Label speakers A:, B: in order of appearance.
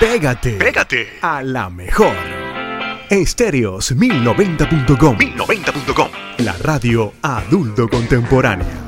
A: Pégate.
B: Pégate.
A: A la mejor. Estéreos 1090.com.
B: 1090.com.
A: La radio adulto contemporánea.